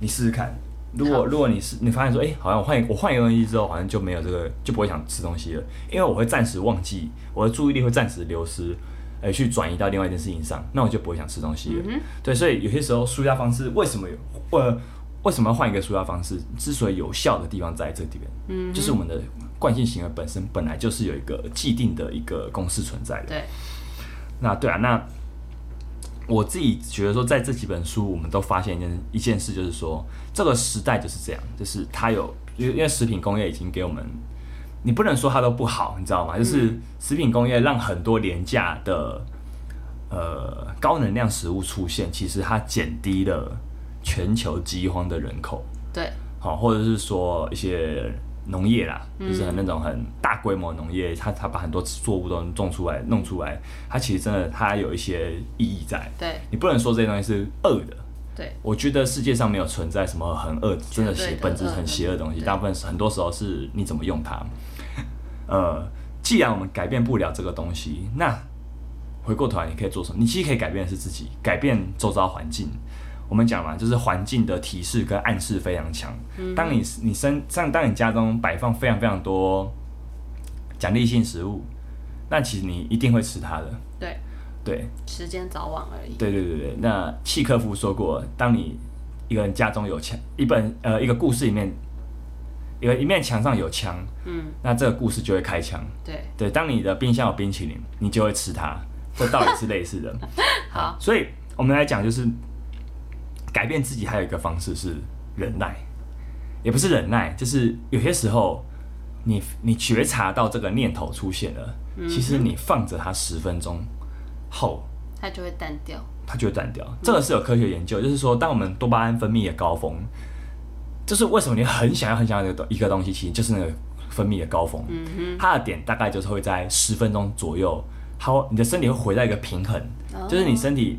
A: 你试试看。如果如果你是你发现说，哎、好像我换一我换一个东西之后，好像就没有这个，就不会想吃东西了，因为我会暂时忘记，我的注意力会暂时流失，哎、去转移到另外一件事情上，那我就不会想吃东西了。
B: 嗯哼
A: 对，所以有些时候舒压方式为什么有呃为什么要换一个舒压方式？之所以有效的地方在这里边，
B: 嗯，
A: 就是我们的惯性行为本身本来就是有一个既定的一个公式存在的。
B: 对，
A: 那对啊，那我自己觉得说，在这几本书，我们都发现一件一件事，就是说这个时代就是这样，就是它有，因为因为食品工业已经给我们，你不能说它都不好，你知道吗？就是食品工业让很多廉价的呃高能量食物出现，其实它减低了全球饥荒的人口。
B: 对，
A: 好，或者是说一些农业啦，就是很那种很大规模的农业，它它把很多作物都种出来、弄出来，它其实真的它有一些意义在。
B: 对
A: 你不能说这些东西是恶的，
B: 对
A: 我觉得世界上没有存在什么很恶，真的邪
B: 绝对的
A: 本质很邪恶的东西，
B: 对
A: 大部分很多时候是你怎么用它。呃，既然我们改变不了这个东西，那回过头来你可以做什么？你其实可以改变的是自己，改变周遭环境。我们讲嘛，就是环境的提示跟暗示非常强。当你你身像当你家中摆放非常非常多奖励性食物，那其实你一定会吃它的。
B: 对，
A: 对，
B: 时间早晚而已。
A: 对对对对，那契诃夫说过，当你一个人家中有枪，一本呃一个故事里面，一个一面墙上有枪，
B: 嗯，
A: 那这个故事就会开枪。
B: 对，
A: 对，当你的冰箱有冰淇淋，你就会吃它，这道理是类似的。
B: 好，
A: 所以我们来讲，就是改变自己还有一个方式是忍耐，也不是忍耐，就是有些时候你你觉察到这个念头出现了，
B: 嗯
A: 其实你放着它十分钟后，
B: 它就会淡掉。
A: 它就会断掉。这个是有科学研究，就是说，当我们多巴胺分泌的高峰，就是为什么你很想要、很想要一个东一个东西，其实就是那个分泌的高峰。
B: 嗯哼，
A: 它的点大概就是会在十分钟左右，它会你的身体会回到一个平衡，
B: 哦
A: 就是你身体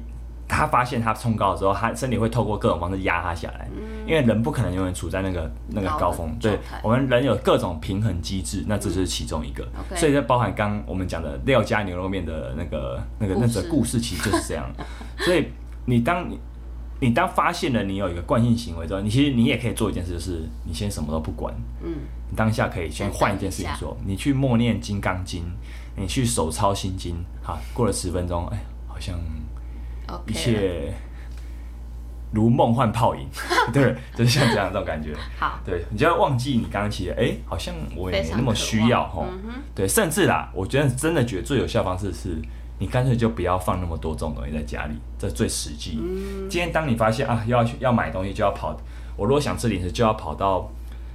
A: 它发现它冲高的时候，它身体会透过各种方式压它下来，因为人不可能永远处在那个那个
B: 嗯高的
A: 高峰。
B: 状
A: 对
B: 态，嗯
A: 我们人有各种平衡机制，那这就是其中一个。
B: OK
A: 所以这包含刚我们讲的廖家牛肉面的那个那个
B: 故
A: 那
B: 事
A: 则故事，其实就是这样。所以你当你。你当发现了你有一个惯性行为之后，你其实你也可以做一件事，就是你先什么都不管，
B: 嗯，
A: 你当下可以先换一件事情做，你去默念《金刚经》，你去手抄《心经》，好，过了十分钟，哎，好像
B: OK
A: 一切如梦幻泡 影，对，就是像这样这种感觉。
B: 好，
A: 对，你就要忘记你刚刚其实，哎，好像我也
B: 非
A: 没
B: 常
A: 那么
B: 渴
A: 需
B: 望
A: 要吼。
B: 嗯哼，
A: 对，甚至啦，我觉得真的觉得最有效方式是，你干脆就不要放那么多这种东西在家里，这最实际。
B: 嗯
A: 今天当你发现啊，要去要买东西就要跑，我如果想吃零食就要跑到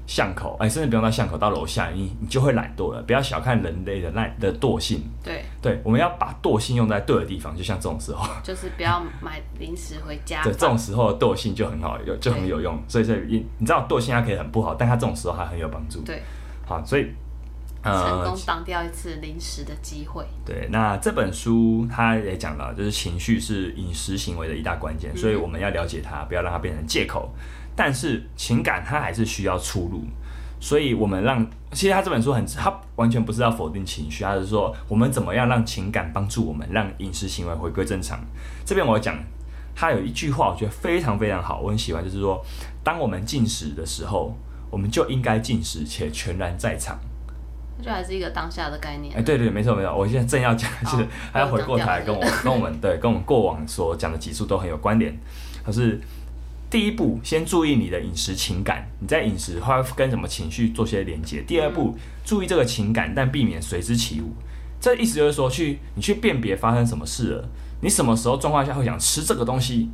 A: 巷口，哎，甚至不用到巷口，到楼下，你你就会懒惰了。不要小看人类的懒的惰性，
B: 对，
A: 对，我们要把惰性用在对的地方，就像这种时候。
B: 就是不要买零食回家。
A: 对，这种时候的惰性就很好，有就很有用，所以所以你你知道惰性它可以很不好，但它这种时候还很有帮助。
B: 对，
A: 好，所以
B: 成
A: 呃，
B: 功挡掉一次零食的机会。
A: 对，那这本书它也讲了，就是情绪是饮食行为的一大关键，所以我们要了解它，不要让它变成借口。但是情感它还是需要出路，所以我们让，其实他这本书很，他完全不是要否定情绪，他是说我们怎么样让情感帮助我们，让饮食行为回归正常。这边我讲，他有一句话我觉得非常非常好，我很喜欢，就是说，当我们进食的时候，我们就应该进食且全然在场。
B: 我觉得还是一个当下的概念
A: 哎、。对对，没错没错，我现在正要讲，就是
B: 哦
A: 还要回过头来跟我
B: 我
A: 跟我们对跟我们过往所讲的集数都很有关联。就是第一步，先注意你的饮食情感，你在饮食会跟什么情绪做些连接。第二步，注意这个情感，但避免随之起舞。这意思就是说，去你去辨别发生什么事了，你什么时候状况下会想吃这个东西，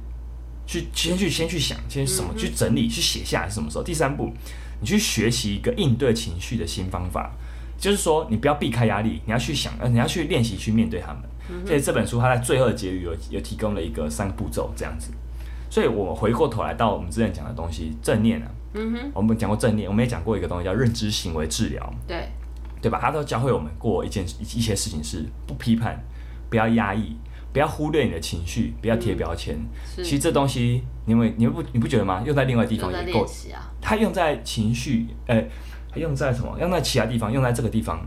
A: 去先去先去想，先什么、去整理，去写下来是什么时候。第三步，你去学习一个应对情绪的新方法，就是说你不要避开压力，你要去想，呃，你要去练习去面对他们。
B: 嗯
A: 所以这本书它在最后的结语有有提供了一个三个步骤这样子。所以我们回过头来到我们之前讲的东西，正念啊，
B: 嗯哼，
A: 我们讲过正念，我们也讲过一个东西叫认知行为治疗，
B: 对，
A: 对吧？它都教会我们过一件一一些事情是不批判，不要压抑，不要忽略你的情绪，不要贴标签。其实
B: 嗯是
A: 这东西，你们你们不你不觉得吗？用在另外地
B: 就
A: 方
B: 在
A: 也够
B: 练，习啊。
A: 它用在情绪，呃，用在什么？用在其他地方，用在这个地方，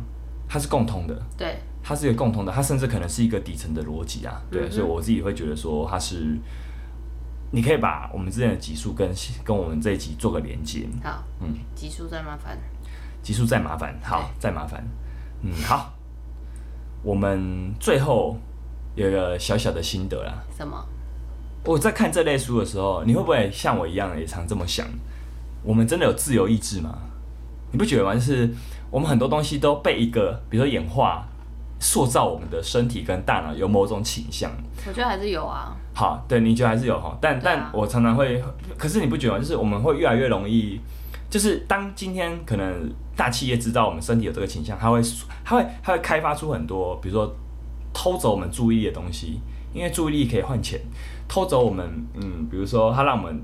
A: 它是共通的。
B: 对，
A: 它是一个共同的，它甚至可能是一个底层的逻辑啊。对，
B: 嗯哼
A: 所以我自己会觉得说它是，你可以把我们之前的集数跟跟我们这一集做个连接，
B: 好，
A: 嗯，
B: 集数再麻烦。
A: 集数再麻烦，好，再麻烦，嗯，好，我们最后有一个小小的心得啊啦。
B: 什么？
A: 我在看这类书的时候，你会不会像我一样也常这么想？我们真的有自由意志吗？你不觉得吗？就是我们很多东西都被一个，比如说演化，塑造我们的身体跟大脑有某种倾向。
B: 我觉得还是有啊。
A: 好，对，你觉得还是有哈，但、
B: 对啊
A: 但我常常会，可是你不觉得吗？就是我们会越来越容易，就是当今天可能大企业知道我们身体有这个倾向，它会它会它会开发出很多，比如说偷走我们注意力的东西，因为注意力可以换钱，偷走我们嗯，比如说它让我们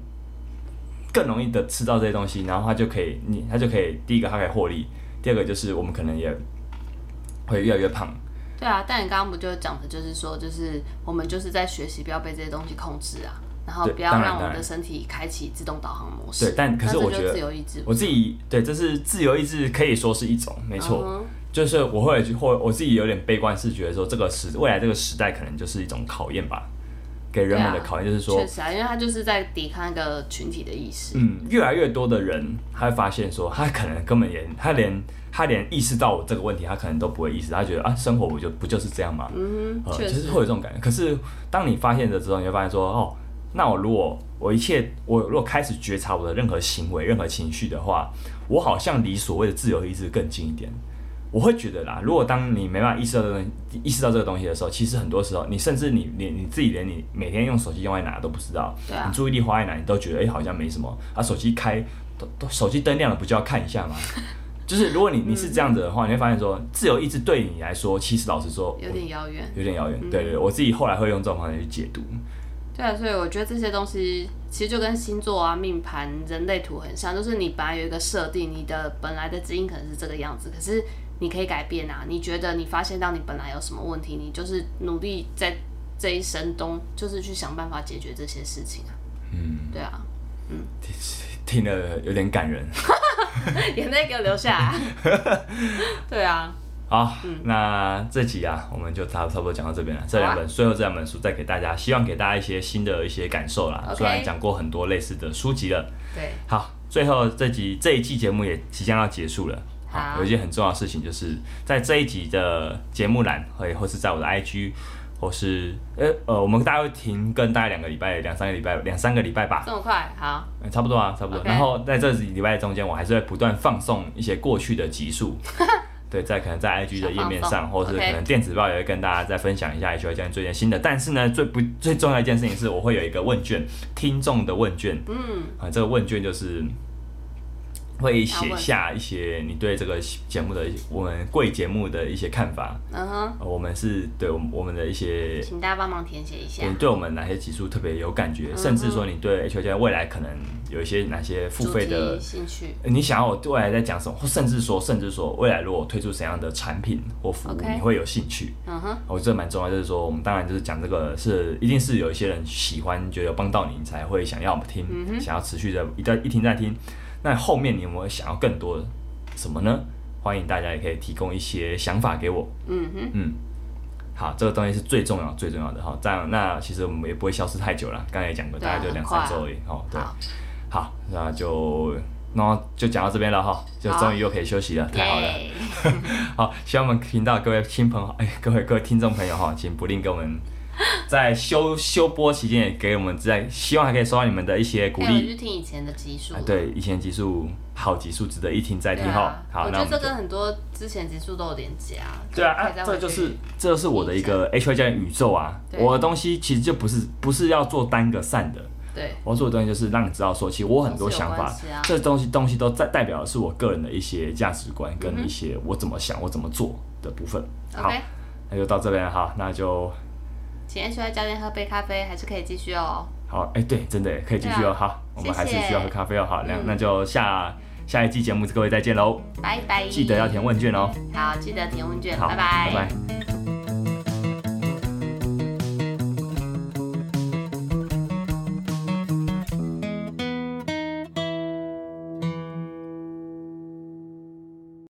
A: 更容易的吃到这些东西，然后他就可以，你他就可以，第一个他可以获利，第二个就是我们可能也会越来越胖。
B: 对啊，但你刚刚不就讲的就是说，就是我们就是在学习不要被这些东西控制啊，然后
A: 对
B: 不要
A: 当然
B: 让我们
A: 当然
B: 的身体开启自动导航模式。
A: 对，但可是
B: 那这
A: 我觉
B: 就
A: 得
B: 自由意志，
A: 我自己对，这是自由意志，可以说是一种，没错。
B: 嗯哼
A: 就是我会或我自己有点悲观，是觉得说这个时未来这个时代可能就是一种考验吧，给人们的
B: 对啊
A: 考验，就是说
B: 确实啊，因为他就是在抵抗一个群体的意识。
A: 嗯，越来越多的人，他会发现说，他可能根本也，他连他连意识到这个问题，他可能都不会意识，他觉得啊，生活不就不就是这样吗？
B: 嗯哼，
A: 呃，
B: 确
A: 就
B: 实
A: 是会有这种感觉。可是当你发现了之后，你会发现说，哦，那我如果我一切我如果开始觉察我的任何行为、任何情绪的话，我好像离所谓的自由意志更近一点。我会觉得啦，如果当你没办法意识到这个东西意识到这个东西的时候，其实很多时候你甚至你连你自己连你每天用手机用在哪都不知道，
B: 对啊
A: 你注意力花在哪，你都觉得哎、诶好像没什么。啊，手机开都都手机灯亮了，不就要看一下 吗？就是如果你你是这样子的话，你会发现说自由意志对你来说，其实老实说，
B: 有
A: 我
B: 点遥远。
A: 有点遥远。对对，我自己后来会用这种方式去解读。
B: 对啊，所以我觉得这些东西其实就跟星座啊、命盘、人类图很像，就是你本来有一个设定，你的本来的基因可能是这个样子，可是你可以改变啊。你觉得你发现到你本来有什么问题，你就是努力在这一生中，就是去想办法解决这些事情啊。嗯，对啊，
A: 听了有点感人。
B: 眼泪给我流下 来。对啊，
A: 好，那这集啊，我们就差差不多讲到这
B: 啊
A: 边了。这两本，最后这两本书再给大家，希望给大家一些新的一些感受啦。
B: OK
A: 虽然讲过很多类似的书籍了。
B: 对，
A: 好，最后这集这一季节目也即将要结束了。
B: 好
A: 有一件很重要的事情就是在这一集的节目栏，或或是在我的 IG，或是呃呃，我们大概会停更大概两个礼拜、两三个礼拜、两三个礼拜吧。
B: 这么快，好，
A: 嗯差不多啊，差不多。
B: OK
A: 然后在这礼拜中间，我还是会不断放送一些过去的集 数，对，在可能在 IG 的页面
B: 小
A: 上，
B: 放送
A: 或是
B: OK
A: 可能电子报也会跟大家再分享一下 HY 今最近新的。但是呢，最不最重要的一件事情是，我会有一个问卷，听众的问卷，
B: 嗯，
A: 啊，这个问卷就是会
B: 想
A: 写
B: 问
A: 下一些你对这个节目的一些我们贵节目的一些看法，
B: 嗯哼，
A: 呃我们是对我们我们的一些
B: 请大家嗯帮忙填写一下
A: 你。嗯对我们哪些集数特别有感觉，甚至说你对 H O J 未来可能有一些哪些付费
B: 主
A: 的
B: 题，兴趣，
A: 你想要我未来在讲什么，或甚至说，甚至说未来如果推出怎样的产品或服务
B: OK
A: 你会有兴趣。
B: 嗯哼，
A: 我觉得蛮重要，就是说我们当然就是讲这个是一定是有一些人喜欢，觉得有帮到你，你才会想要听，
B: 嗯
A: 想要持续的一再一听再听。那后面你有没有想要更多的什么呢？欢迎大家也可以提供一些想法给我。
B: 嗯哼，
A: 嗯，好，这个东西是最重要、最重要的哈。这样，那其实我们也不会消失太久了。刚才也讲过，
B: 对
A: 大
B: 啊
A: 概就两
B: 很快
A: 三
B: 啊
A: 周而已。哦，对，
B: 好，
A: 好，那就那就讲到这边了哈，就
B: 好
A: 终于又可以休息了，太好了。
B: 耶
A: 好，希望我们频道各位亲朋好，哎，各位各位听众朋友哈，请不吝给我 们在休休播期间也给我们在，希望还可以收到你们的一些鼓
B: 哎我
A: 励。
B: 去听以前的集数、
A: 啊，对，以前集数好集数值得一听再
B: 哎对
A: 听哈
B: 啊。，
A: 好，
B: 我
A: 那我
B: 觉
A: 们
B: 得这
A: 就。
B: 跟很多之前集数都有连接啊。
A: 对啊，
B: 可
A: 啊
B: 以再
A: 这
B: 回去
A: 就是这是我的一个 H Y 教练宇宙啊。
B: 对
A: 我的东西其实就不是不是要做单个善的，
B: 对
A: 我要做的东西就是让你知道说，其实我很多想
B: 都
A: 法
B: 是有关系啊，
A: 这东西东西都在代表的是我个人的一些价值观跟一些我怎么想、我怎么做的部分。好
B: 嗯，OK，，
A: 那就到这边哈，那就
B: 请 H Y 教练喝杯咖啡，还是可以继续哦。
A: 好。哎，对，真的耶可以继续
B: 对
A: 哦。
B: 啊
A: 好，我们还是
B: 谢谢嗯
A: 需要喝咖啡哦。好，那那就下下一季节目各位再见喽，
B: 拜拜，
A: 记得要填问卷哦。
B: 好，记得填问卷，
A: 好，
B: 嗯拜
A: 拜拜